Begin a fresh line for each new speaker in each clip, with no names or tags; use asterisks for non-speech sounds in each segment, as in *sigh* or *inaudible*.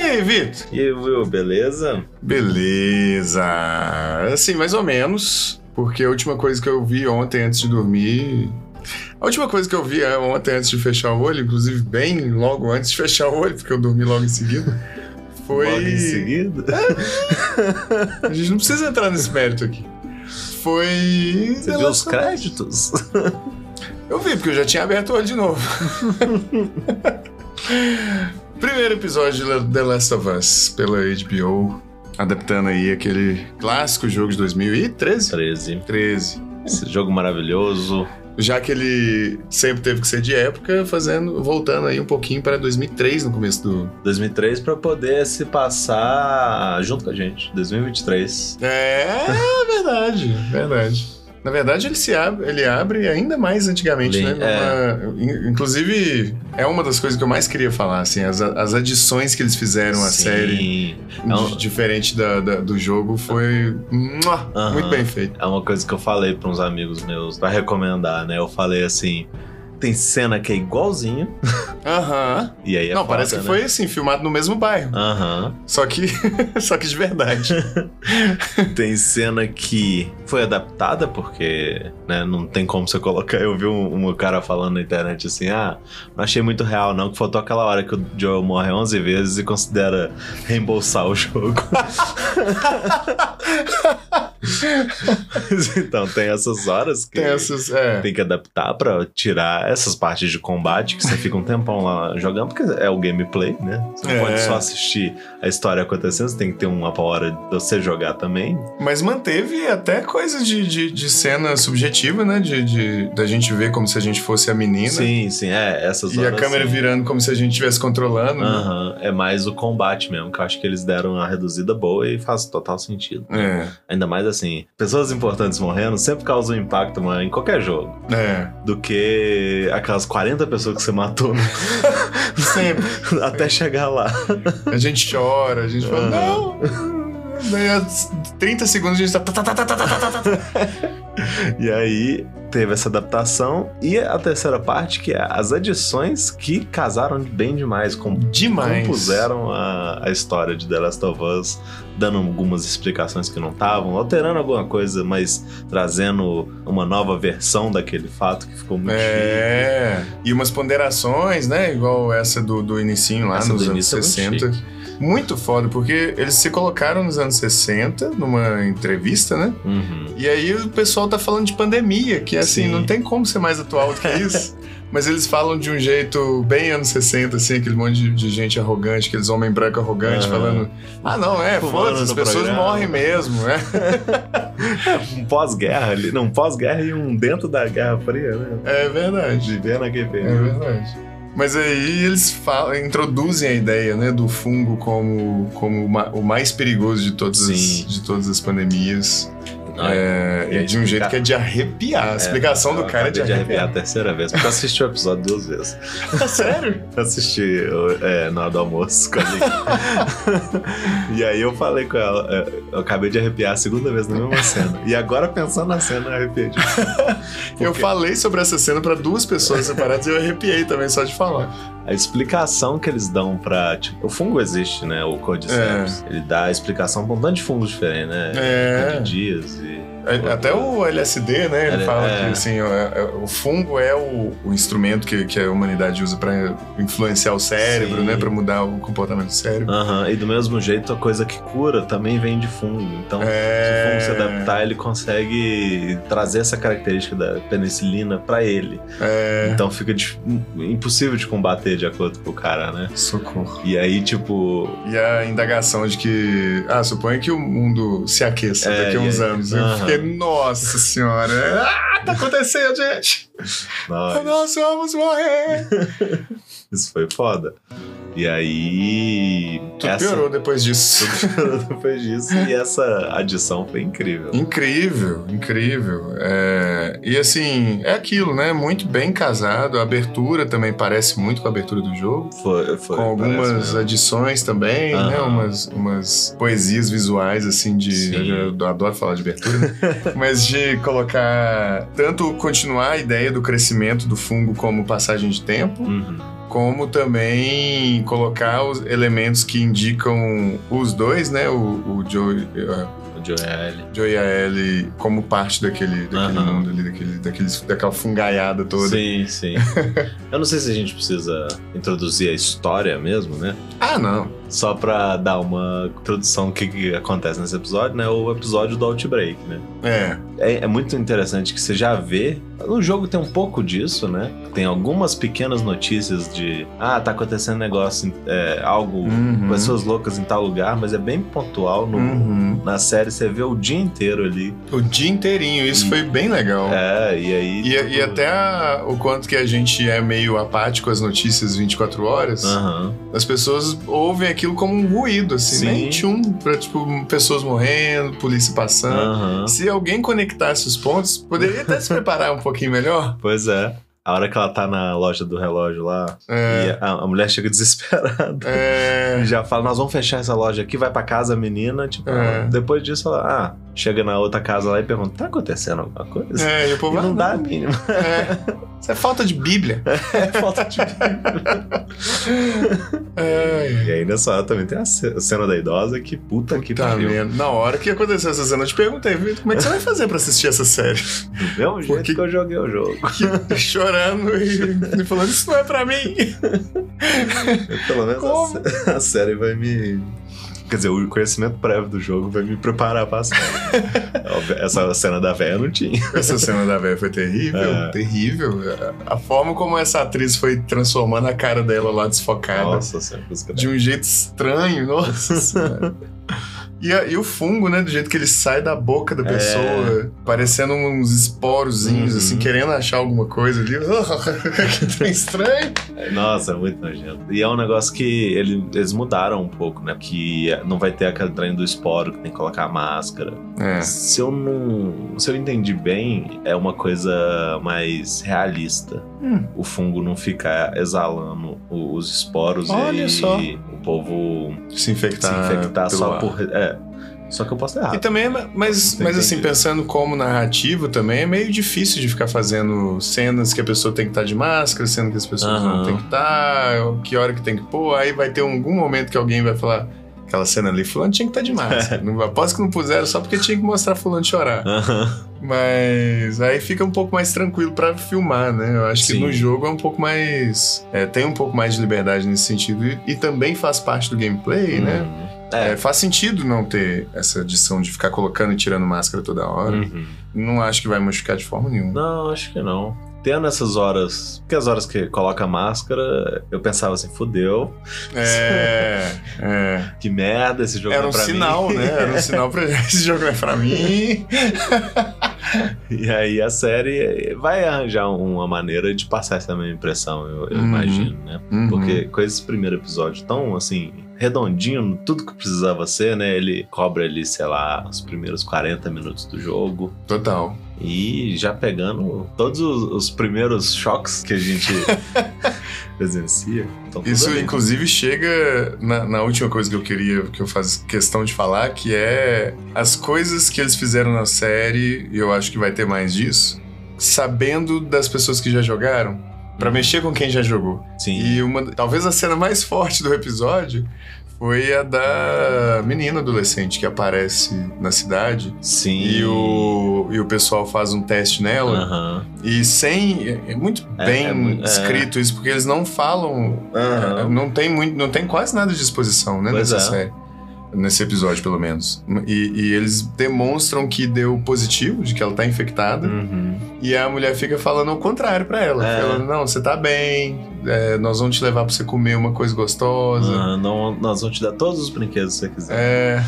aí, Vitor?
E Will, beleza?
Beleza. Assim, mais ou menos. Porque a última coisa que eu vi ontem antes de dormir. A última coisa que eu vi ontem antes de fechar o olho, inclusive bem logo antes de fechar o olho, porque eu dormi logo em seguida. Foi.
Logo em seguida?
É, a gente não precisa entrar nesse mérito aqui. Foi.
Você viu
*laughs*
os créditos?
Eu vi, porque eu já tinha aberto o olho de novo. Primeiro episódio de The Last of Us pela HBO, adaptando aí aquele clássico jogo de 2013.
13.
13.
Esse jogo maravilhoso.
Já que ele sempre teve que ser de época, fazendo, voltando aí um pouquinho para 2003 no começo do.
2003 para poder se passar junto com a gente. 2023.
É verdade, verdade. Na verdade, ele se abre, ele abre ainda mais antigamente,
Bem, é.
né? Numa- in- Inclusive, é uma das coisas que eu mais queria falar, assim, as, as adições que eles fizeram à
Sim.
série,
É um-
di- diferente da- da- do jogo, foi mua,
Aham.
muito bem feito.
É uma coisa que eu falei para uns amigos meus pra recomendar, né? Eu falei assim: tem cena que é igualzinha.
Aham.
E aí é
Não,
foda,
parece que
né?
foi assim, filmado no mesmo bairro.
Aham.
Só que, *laughs* só que de verdade.
*laughs* Tem cena que foi adaptada, porque né, não tem como você colocar. Eu vi um, um cara falando na internet assim: ah, não achei muito real, não, que faltou aquela hora que o Joel morre 11 vezes e considera reembolsar o jogo. *laughs* Mas então, tem essas horas que.
Tem essas. É.
Tem que adaptar pra tirar essas partes de combate que você fica um tempão lá jogando, porque é o gameplay, né? Você não
É.
pode só assistir a história acontecendo, você tem que ter uma pra hora de você jogar também.
Mas manteve até coisa de, de, de cena subjetiva, né? De, de- da gente ver como se a gente fosse a menina.
Sim, sim, é. Essas
né? E a
horas,
câmera
sim.
virando como se a gente estivesse controlando. né?
Aham, é mais o combate mesmo, que eu acho que eles deram uma reduzida boa e faz total sentido.
É,
Ainda mais assim, pessoas importantes morrendo sempre causam um impacto mano, em qualquer jogo.
é.
Do que aquelas 40 pessoas que você matou né?
Sempre.
*laughs* até chegar lá.
A gente chora, a gente fala,
Aham.
não. Daí a 30 segundos a gente tá. tá, tá, tá, tá, tá, tá, tá, tá, tá.
E aí teve essa adaptação. E a terceira parte, que é as adições que casaram bem demais com
Demais.
compuseram a, a história de The Last of Us, dando algumas explicações que não estavam, alterando alguma coisa, mas trazendo uma nova versão daquele fato que ficou muito chique.
É. E umas ponderações, né? Igual essa do, do inicinho lá
Essa
nos
do
anos
início é muito
60. Muito foda, porque eles se colocaram nos anos 60 numa entrevista, né?
Uhum.
E aí o pessoal tá falando de pandemia, que assim,
Sim.
não tem como ser mais atual
*laughs*
do que isso. Mas eles falam de um jeito bem anos 60, assim, aquele monte de, de gente arrogante, aqueles homem branco arrogante,
Aham.
falando: Ah, não, é,
Fumando
foda-se, as
no
pessoas
programa."
morrem mesmo, né?
Um pós-guerra ali, não, um pós-guerra e um dentro da Guerra Fria, né?
É verdade.
Vivendo aquele
É
período.
verdade. Mas aí eles falam, introduzem a ideia, né, do fungo como, como o ma- o mais perigoso de todas, as,
Sim.
de todas as pandemias. É,
e aí
e de um jeito
explica-
que é de arrepiar. A explicação do
Eu
cara é de
acabei
arrepiar. Ah,
a terceira vez, porque eu assisti o episódio duas vezes.
*laughs* Sério?
Eu assisti é, na hora do almoço com a Nick. *laughs* E aí eu falei com ela, é, eu acabei de arrepiar a segunda vez na mesma cena. E agora pensando na cena, eu arrepiei. de novo.
Eu
Porque
falei sobre essa cena pra duas pessoas separadas e eu arrepiei também só de falar.
A explicação que eles dão pra. tipo, o fungo existe, né? O Cordyceps. Ele dá a explicação pra um tanto de fungos diferentes, né?
É.
De dias e.
É, Até o LSD, né? Ele
É,
fala
é.
que assim, ó, é- é- o fungo é o, o instrumento que, que a humanidade usa pra influenciar o cérebro,
Sim.
né? Pra mudar o comportamento do cérebro.
Aham, E do mesmo jeito, a coisa que cura também vem de fungo. Então,
É.
Se o fungo se adaptar, ele consegue trazer essa característica da penicilina pra ele.
É.
Então fica dif- impossível de combater de acordo com o cara, né?
Socorro.
E aí, tipo.
E a indagação de que. Ah, suponha que o mundo se aqueça
É,
daqui a
e
uns
aí-
anos. Eu
Aham.
fiquei, nossa senhora. Ah, tá acontecendo,
*laughs*
gente.
Nossa,
Nós vamos morrer.
isso foi foda. E aí.
Tudo
*laughs*
piorou depois disso.
Tudo piorou depois disso. E essa adição foi incrível.
Incrível, incrível. É, E assim, é aquilo, né? Muito bem casado. A abertura também parece muito com a abertura do jogo.
Foi, foi.
com
parece
algumas
mesmo.
adições também,
Aham.
né? Umas, umas poesias visuais, assim, de.
Sim.
Eu, eu adoro falar de abertura,
*laughs*
né? mas de colocar. Tanto continuar a ideia do crescimento do fungo como passagem de tempo,
Uhum.
como também colocar os elementos que indicam os dois, né? O, o Joe, uh,
O Joel.
Joe e a Ellie como parte daquele, daquele
Aham.
mundo ali, daquele, daqueles, daquela fungaiada toda.
Sim,
*laughs*
sim. Eu não sei se a gente precisa introduzir a história mesmo, né?
Ah, não.
Só pra dar uma introdução do que, que acontece nesse episódio, né? O episódio do Outbreak, né?
É.
É, é muito interessante que você já vê. No jogo tem um pouco disso, né? Tem algumas pequenas notícias de. Ah, tá acontecendo negócio, é, algo.
Uhum.
Pessoas loucas em tal lugar, mas é bem pontual. No,
Uhum.
Na série você vê o dia inteiro ali.
O dia inteirinho, isso
E-
foi bem legal.
É, e aí.
E,
tudo-
e até a- o quanto que a gente é meio apático às notícias 24 horas,
Aham.
as pessoas ouvem aquilo como um ruído, assim,
Sim.
nem tchum, pra, tipo, pessoas morrendo, polícia passando.
Aham.
Se alguém conectasse os pontos, poderia até se preparar um pouquinho melhor.
Pois é. A hora que ela tá na loja do relógio lá,
É,
e a, a mulher chega desesperada.
é,
*laughs* E já fala, nós vamos fechar essa loja aqui, vai pra casa a menina. Tipo,
É.
depois disso ela ah, chega na outra casa lá e pergunta: tá acontecendo alguma coisa?
é, e o
E
povo
não
"Ah,
dá a mínima.
é. Isso é falta de Bíblia.
É falta de.
É.
e aí nessa hora também tem a ce- a cena da idosa que puta, que
Tá
pariu.
vendo? Na hora que aconteceu essa cena, eu te perguntei, Vitor, como é que você vai fazer pra assistir essa
*laughs*
série?
Do mesmo jeito
Porque-
que eu joguei
*laughs*
o jogo.
Chorando e, e falando, isso não é pra mim.
Pelo menos a,
Como?
sé- *laughs* a série vai me. Quer dizer, o conhecimento prévio do jogo vai me preparar
*laughs*
pra série. Essa cena da véia não tinha.
Essa cena da véia foi terrível,
É.
terrível. A a forma como essa atriz foi transformando a cara dela lá desfocada
Nossa senhora, música
de um jeito estranho, nossa senhora. E, a- e o fungo, né? Do jeito que ele sai da boca da
É.
pessoa, parecendo uns esporozinhos,
Uhum.
assim, querendo achar alguma coisa
*laughs*
ali. que trem estranho.
Nossa, é muito nojento. E é um negócio que ele- eles mudaram um pouco, né? Que não vai ter aquele trem do esporo que tem que colocar a máscara.
É.
Se eu não. Se eu entendi bem, é uma coisa mais realista.
Hum.
O fungo não fica exalando o- os esporos
Olha
e aí
só.
o povo
Se infectar,
se infectar
tá pelo
só
ar.
por. É. Só que eu posso errar.
E também, é- mas,
Entendi.
mas assim, pensando como narrativo também, é meio difícil de ficar fazendo cenas que a pessoa tem que estar de máscara, cenas que as pessoas
Aham.
não tem que estar, ou que hora que tem que pôr, aí vai ter algum momento que alguém vai falar, aquela cena ali, fulano tinha que estar de
*laughs*
máscara. não, aposto que não puseram só porque tinha que mostrar fulano chorar. Então,
*laughs* Aham.
Mas aí fica um pouco mais tranquilo pra filmar, né? Eu acho
Sim.
que no jogo é um pouco mais... é, tem um pouco mais de liberdade nesse sentido e, e também faz parte do gameplay, né?
Uhum. É.
É, faz sentido não ter essa adição de ficar colocando e tirando máscara toda hora.
Uhum.
Não acho que vai machucar de forma nenhuma.
Não, acho que não. Tendo essas horas, porque as horas que coloca a máscara, eu pensava assim, fudeu,
*laughs* É, é.
que merda esse jogo
Era
não
um
é pra mim.
sinal, *laughs* né? Era um sinal pra esse jogo não é pra mim.
*laughs* E aí a série vai arranjar uma maneira de passar essa mesma impressão, eu, eu
Uhum.
imagino, né?
Uhum.
Porque com esse primeiro episódio tão, assim, redondinho, tudo que precisava ser, né? Ele cobra ali, sei lá, os primeiros 40 minutos do jogo.
Total.
E já pegando todos os, os primeiros choques que
*laughs*
a gente presencia. Então, tudo
Isso,
ali.
inclusive, chega na, na última coisa que eu queria, que eu faço questão de falar, que é as coisas que eles fizeram na série, e eu acho que vai ter mais disso, sabendo das pessoas que já jogaram, pra mexer com quem já jogou.
Sim.
E uma, talvez a cena mais forte do episódio foi a da menina adolescente que aparece na cidade.
Sim.
E o, e o pessoal faz um teste nela.
Aham.
E sem. É é muito
É,
bem
é mu- é.
escrito isso, porque eles não falam. é, Não tem muito. Não tem quase nada de exposição, né?
Pois
Nessa
é.
série. Nesse episódio, pelo menos. E, e eles demonstram que deu positivo, de que ela tá infectada.
Uhum.
E a mulher fica falando o contrário pra ela.
É.
Falando, não, você tá bem, é, nós vamos te levar pra você comer uma coisa gostosa.
Aham, não- nós vamos te dar todos os brinquedos que você quiser.
É.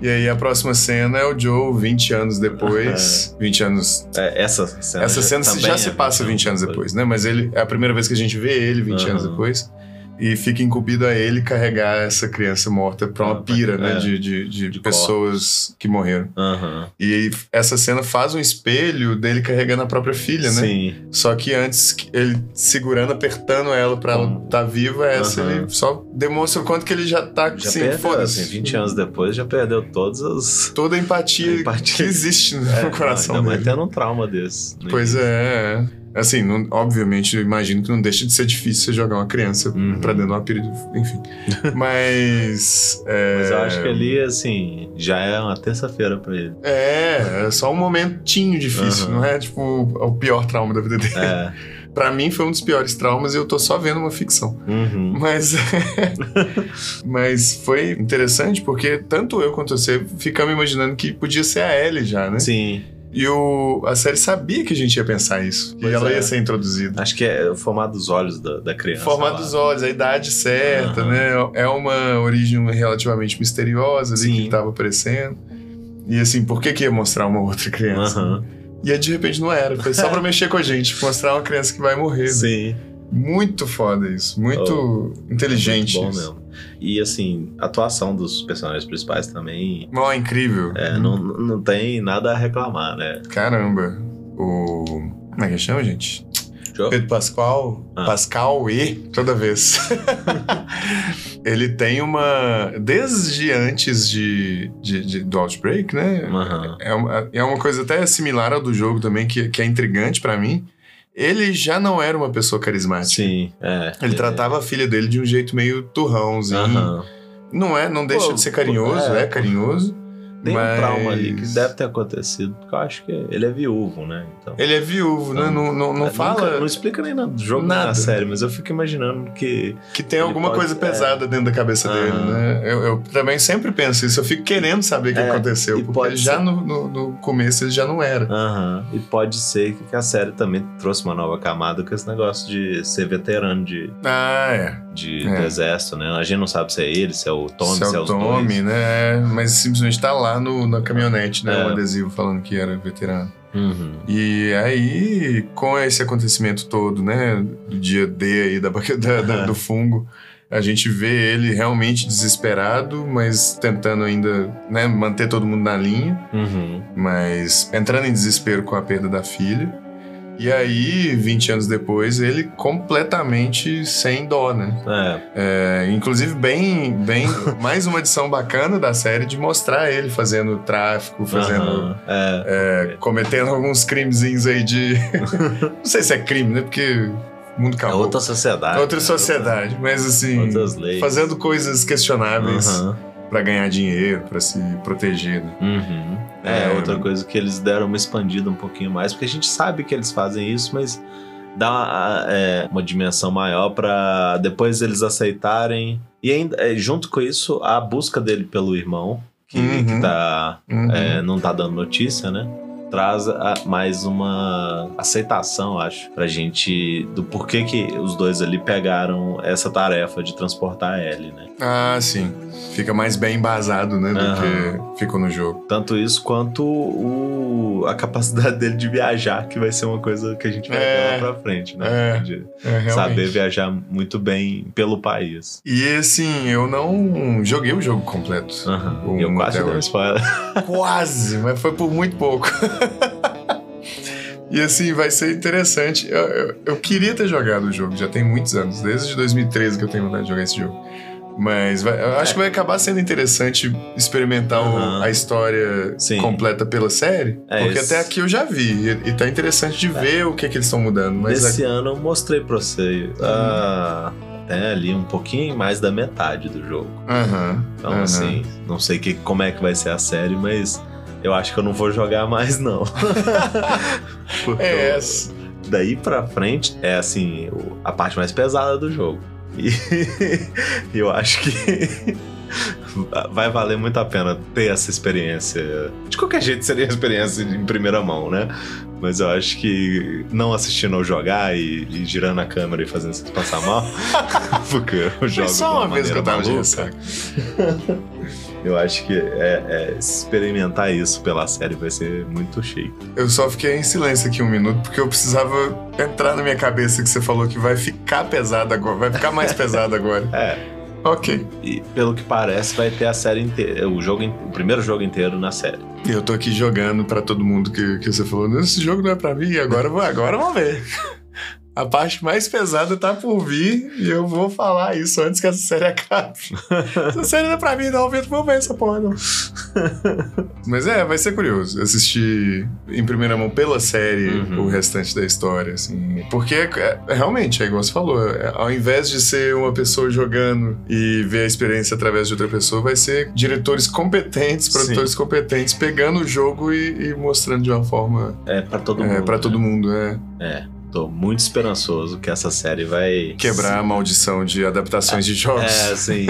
E aí a próxima cena é o Joe 20 anos depois. 20 anos.
É, essa cena.
Essa cena
também
já
é
se passa 20 anos depois, né? Mas ele é a primeira vez que a gente vê ele 20 anos
Aham.
depois. E fica incumbido a ele carregar essa criança morta pra
Ah,
uma pira,
é.
né? De, de, de,
De
pessoas que morreram.
Aham.
E essa cena faz um espelho dele carregando a própria filha, né?
Sim.
Só que antes, que ele segurando, apertando ela pra ela
Hum.
tá viva, essa
Aham.
ele só demonstra o quanto que ele já tá
Já
assim,
perdeu,
foda-se.
assim, 20 anos depois, já perdeu
*laughs*
todas as.
Toda a empatia,
A empatia.
que existe no
É,
coração
não, ainda mais
dele.
tendo um trauma desse. no
Pois
início.
é. Assim, não- obviamente, eu imagino que não deixa de ser difícil você jogar uma criança
Uhum.
é, pra dentro de uma pirâmide,
*laughs*
enfim. Mas. É,
Mas eu acho que ali, assim, já é uma terça-feira pra ele.
é, é só um momentinho difícil,
Aham.
não é tipo o pior trauma da vida dele.
É.
*laughs* Pra mim foi um dos piores traumas e eu tô só vendo uma ficção.
Uhum.
Mas, *laughs* mas foi interessante porque tanto eu quanto você ficamos imaginando que podia ser a Ellie já, né?
Sim.
E o, a série sabia que a gente ia pensar isso, que
Pois
ela
é.
ia ser introduzida.
Acho que é o formato dos olhos da, da criança.
Formar
lá.
dos olhos, a idade certa,
Aham.
né? É uma origem relativamente misteriosa ali
Sim.
que estava aparecendo. E assim, por que, que ia mostrar uma outra criança?
Aham.
E aí, de repente não era, foi
*laughs*
só pra mexer com a gente, mostrar uma criança que vai morrer. né?
Sim.
Muito foda isso, muito inteligente.
Oh, é Muito bom
isso.
mesmo. E, assim, a atuação dos personagens principais também.
Ó, incrível.
É, não, não tem nada a reclamar, né?
Caramba. O. Como é que chama, gente?
Jo-
Pedro Pascal.
Ah.
Pascal E. Toda
*laughs*
vez. Ele tem uma. Desde antes de, de- de- do Outbreak, né?
Aham.
É uma, é uma coisa até similar ao do jogo também, que, que é intrigante pra mim. Ele já não era uma pessoa carismática.
Sim, é.
Ele tratava a filha dele de um jeito meio turrãozinho.
Aham.
Não é, não deixa
Pô,
de ser carinhoso,
é.
é, carinhoso.
Tem
mas-
um trauma ali que deve ter acontecido, porque eu acho que ele é viúvo, né? Então.
Ele é viúvo, né? Não, não, não
É,
fala.
nunca- não explica nem nada do jogo, nada. nem
Nada.
da série, mas eu fico imaginando que.
Que tem
Ele
alguma
pode- é.
coisa pesada dentro da cabeça
Aham.
dele, né? Eu, eu também sempre penso isso, eu fico querendo saber o que
É,
aconteceu,
e
porque
pode
já
ser-
no, no- no começo ele já não era.
Aham. E pode ser que a série também trouxe uma nova camada com esse negócio de ser veterano de,
Ah, é.
de
É.
do exército, né? A gente não sabe se é ele, se é o Tommy,
Isso é
se é
o
os dois.
Tommy, né? É, Mas simplesmente tá lá no, na caminhonete, né?
É.
Um adesivo falando que era veterano.
Uhum.
E aí, com esse acontecimento todo, né? Do dia D aí da, baque- da- da-
*laughs*
do fungo, a gente vê ele realmente desesperado, mas tentando ainda né, manter todo mundo na linha.
Uhum.
mas entrando em desespero com a perda da filha. E aí, 20 anos depois, ele completamente sem dó, né?
É.
É, inclusive, bem,
*laughs*
bem mais uma edição bacana da série de mostrar ele fazendo tráfico, fazendo.
aham, É.
é, cometendo alguns crimezinhos aí
*laughs*
de. Não sei se é crime, né? Porque o mundo
É
acabou.
outra sociedade.
Outra
né?
sociedade, mas assim.
Outras leis.
Fazendo coisas questionáveis pra
Aham.
ganhar dinheiro, pra se proteger, né?
Uhum. É,
É,
outra
eu-
coisa que eles deram uma expandida um pouquinho mais, porque a gente sabe que eles fazem isso, mas dá uma, é, uma dimensão maior pra depois eles aceitarem. E ainda, é, junto com isso, a busca dele pelo irmão, que,
Uhum.
que tá,
Uhum.
é, não tá dando notícia, né? Traz a- mais uma aceitação, acho, pra gente do porquê que os dois ali pegaram essa tarefa de transportar ele, né?
Ah, sim. Fica mais bem embasado, né? Do
Aham.
que ficou no jogo.
Tanto isso quanto o- a capacidade *laughs* dele de viajar, que vai ser uma coisa que a gente vai
É.
ver lá pra frente, né?
É,
De
É, realmente.
saber viajar muito bem pelo país.
E assim, eu não joguei o jogo
*laughs*
completo.
Aham.
Um
E eu quase
até
dei um
hoje.
spoiler.
Quase, mas foi por muito pouco. *laughs* e assim, vai ser interessante. Eu, eu- eu queria ter jogado o jogo, já tem muitos anos, desde 2013 que eu tenho vontade de jogar esse jogo. Mas vai- eu acho que vai acabar sendo interessante experimentar o-
É. Aham.
a história
Sim.
completa pela série.
É,
porque
esse-
até aqui eu já vi. E, e tá interessante de ver o que, que eles estão mudando. Mas
Nesse ano eu mostrei pra você ah, até ali um pouquinho mais da metade do jogo.
Aham.
Então,
aham.
assim, não sei que, como é que vai ser a série, mas eu acho que eu não vou jogar mais,
*laughs*
não. *laughs* Porque
É,
eu-
s-
daí pra frente é assim o- a parte mais pesada do jogo e *laughs* eu acho que *laughs* vai valer muito a pena ter essa experiência de qualquer jeito seria uma experiência em primeira mão né mas eu acho que não assistindo ao jogar e, e girando a câmera e fazendo vocês passar mal *laughs* porque eu jogo
foi
de
só uma vez que eu tava de
maneira maluca.
ressaca.
eu acho que é- é, experimentar isso pela série vai ser muito chique
Eu só fiquei em silêncio aqui um minuto, porque eu precisava entrar na minha cabeça que você falou que vai ficar pesado agora, vai ficar mais pesado agora.
*laughs* É.
Ok.
E pelo que parece, vai ter a série inteira, o, jogo, in- o primeiro jogo inteiro na série.
E eu tô aqui jogando pra todo mundo que, que você falou, "Não, esse jogo não é pra mim, agora, eu vou- agora vamos ver. *laughs* A parte mais pesada tá por vir e eu vou falar isso antes que essa série acabe. essa série não é pra mim, não, Vitor. Vamos ver essa porra, não. Mas é, vai ser curioso assistir em primeira mão pela série
Uhum.
o restante da história, assim. Porque, é, é, realmente, é igual você falou, é, ao invés de ser uma pessoa jogando e ver a experiência através de outra pessoa, vai ser diretores competentes, produtores competentes, pegando o jogo e, e mostrando de uma forma
É pra todo mundo.
é, para
né?
todo mundo, é.
É. Tô muito esperançoso que essa série vai.
Quebrar a maldição de adaptações de jogos.
É, assim.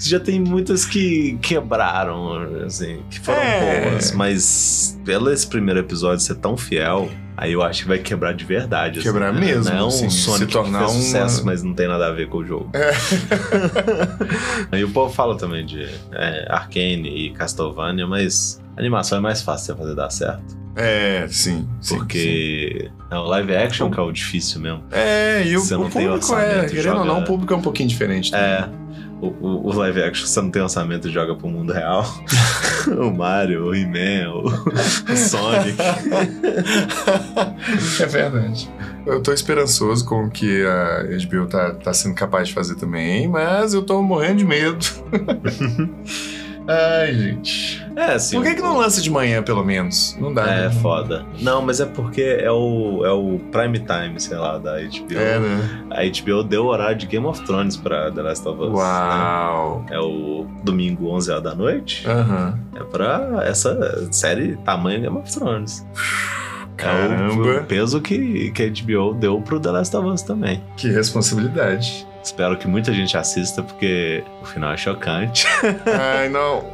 já tem muitas que quebraram, assim, que foram
É.
boas, mas pelo esse primeiro episódio ser tão fiel, aí eu acho que vai quebrar de verdade. assim,
Quebrar
né?
mesmo,
Não é um
assim, se
Sonic
tornar
que fez sucesso,
uma- É.
mas não tem nada a ver com o jogo. *laughs* aí o povo fala também de é, Arkane e Castlevania, mas animação é mais fácil você fazer dar certo.
É, sim. sim, sim.
porque é o live action que é o difícil mesmo.
É, e o,
Você
o
não tem
público é,
orçamento,
querendo ou
joga-
não, o público é um pouquinho diferente. né?
É. O, o- o live action você não tem orçamento e joga pro mundo real. *laughs* o Mario, o He-Man, o, o
*laughs*
Sonic.
É verdade. Eu tô esperançoso com o que a HBO tá, tá sendo capaz de fazer também, mas eu tô morrendo de medo. Ai, gente.
É, assim.
Por que,
o-
que não lança de manhã, pelo menos? Não dá.
É,
né?
foda. Não, mas é porque é o, é o prime time, sei lá, da HBO.
É, né?
A HBO deu o horário de Game of Thrones pra The Last of Us. né?
Uau.
É o domingo, 11 horas da noite.
Aham.
É pra essa série tamanho Game of Thrones. É o
Caramba.
peso que, que a HBO deu pro The Last of Us também.
Que responsabilidade.
Espero que muita gente assista, porque o final é chocante. *laughs*
Ai, não.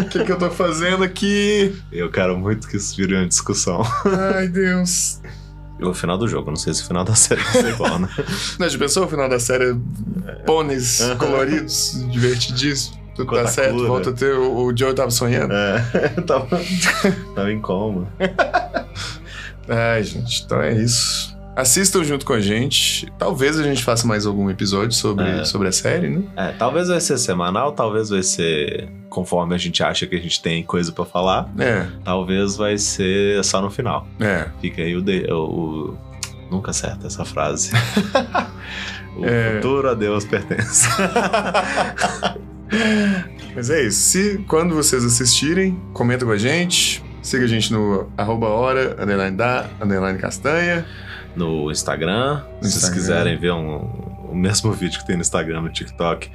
O que, que eu tô fazendo aqui?
Eu quero muito que isso vire uma discussão.
Ai, Deus.
O final do jogo, não sei se o final da série vai ser igual, né?
Não, já pensou o final da série? Pôneis coloridos, divertidíssimos. Tudo
Contacura.
tá certo, volta a ter o, o Joe tava sonhando.
*laughs* É, *laughs* tava, tava em coma.
Ai, gente, então é isso. Assistam junto com a gente. Talvez a gente faça mais algum episódio sobre,
É.
sobre a série, né?
É, talvez vai ser semanal, talvez vai ser conforme a gente acha que a gente tem coisa pra falar.
É,
Talvez vai ser só no final.
é.
Fica aí o... de- o- o- Nunca acerta essa *laughs* frase. o
É.
futuro a Deus pertence.
Mas é isso. Se quando vocês assistirem, comenta com a gente. Siga a gente no arroba hora, underline da, underline castanha.
no Instagram. Se vocês
Instagram.
quiserem ver um- o mesmo *laughs* vídeo que tem no Instagram, no TikTok,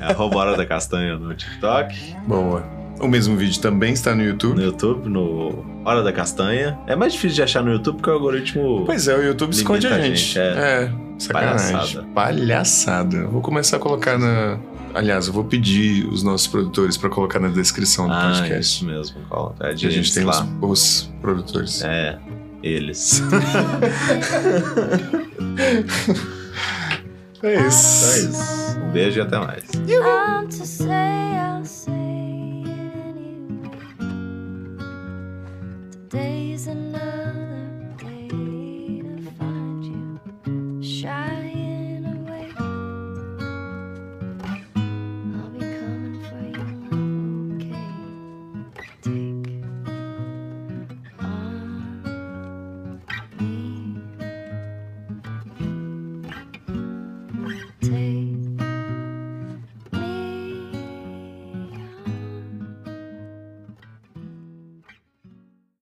é arroba Hora da Castanha no TikTok,
Boa. O mesmo vídeo também está no YouTube.
no YouTube, no Hora da Castanha. É mais difícil de achar no YouTube porque o algoritmo.
Pois é, o YouTube
Limita
esconde
a
a
gente,
gente.
é.
É. sacanagem. Palhaçada. Palhaçada. Vou começar a colocar na. Aliás, eu vou pedir os nossos produtores pra colocar na descrição do
ah,
Um podcast.
isso mesmo. Cola. É
Que a gente tem os,
lá.
os produtores.
É, eles. *laughs*
É
*laughs* Então é
isso.
isso. Um beijo e até mais.
I'm to say I'll say it anyway. Today's another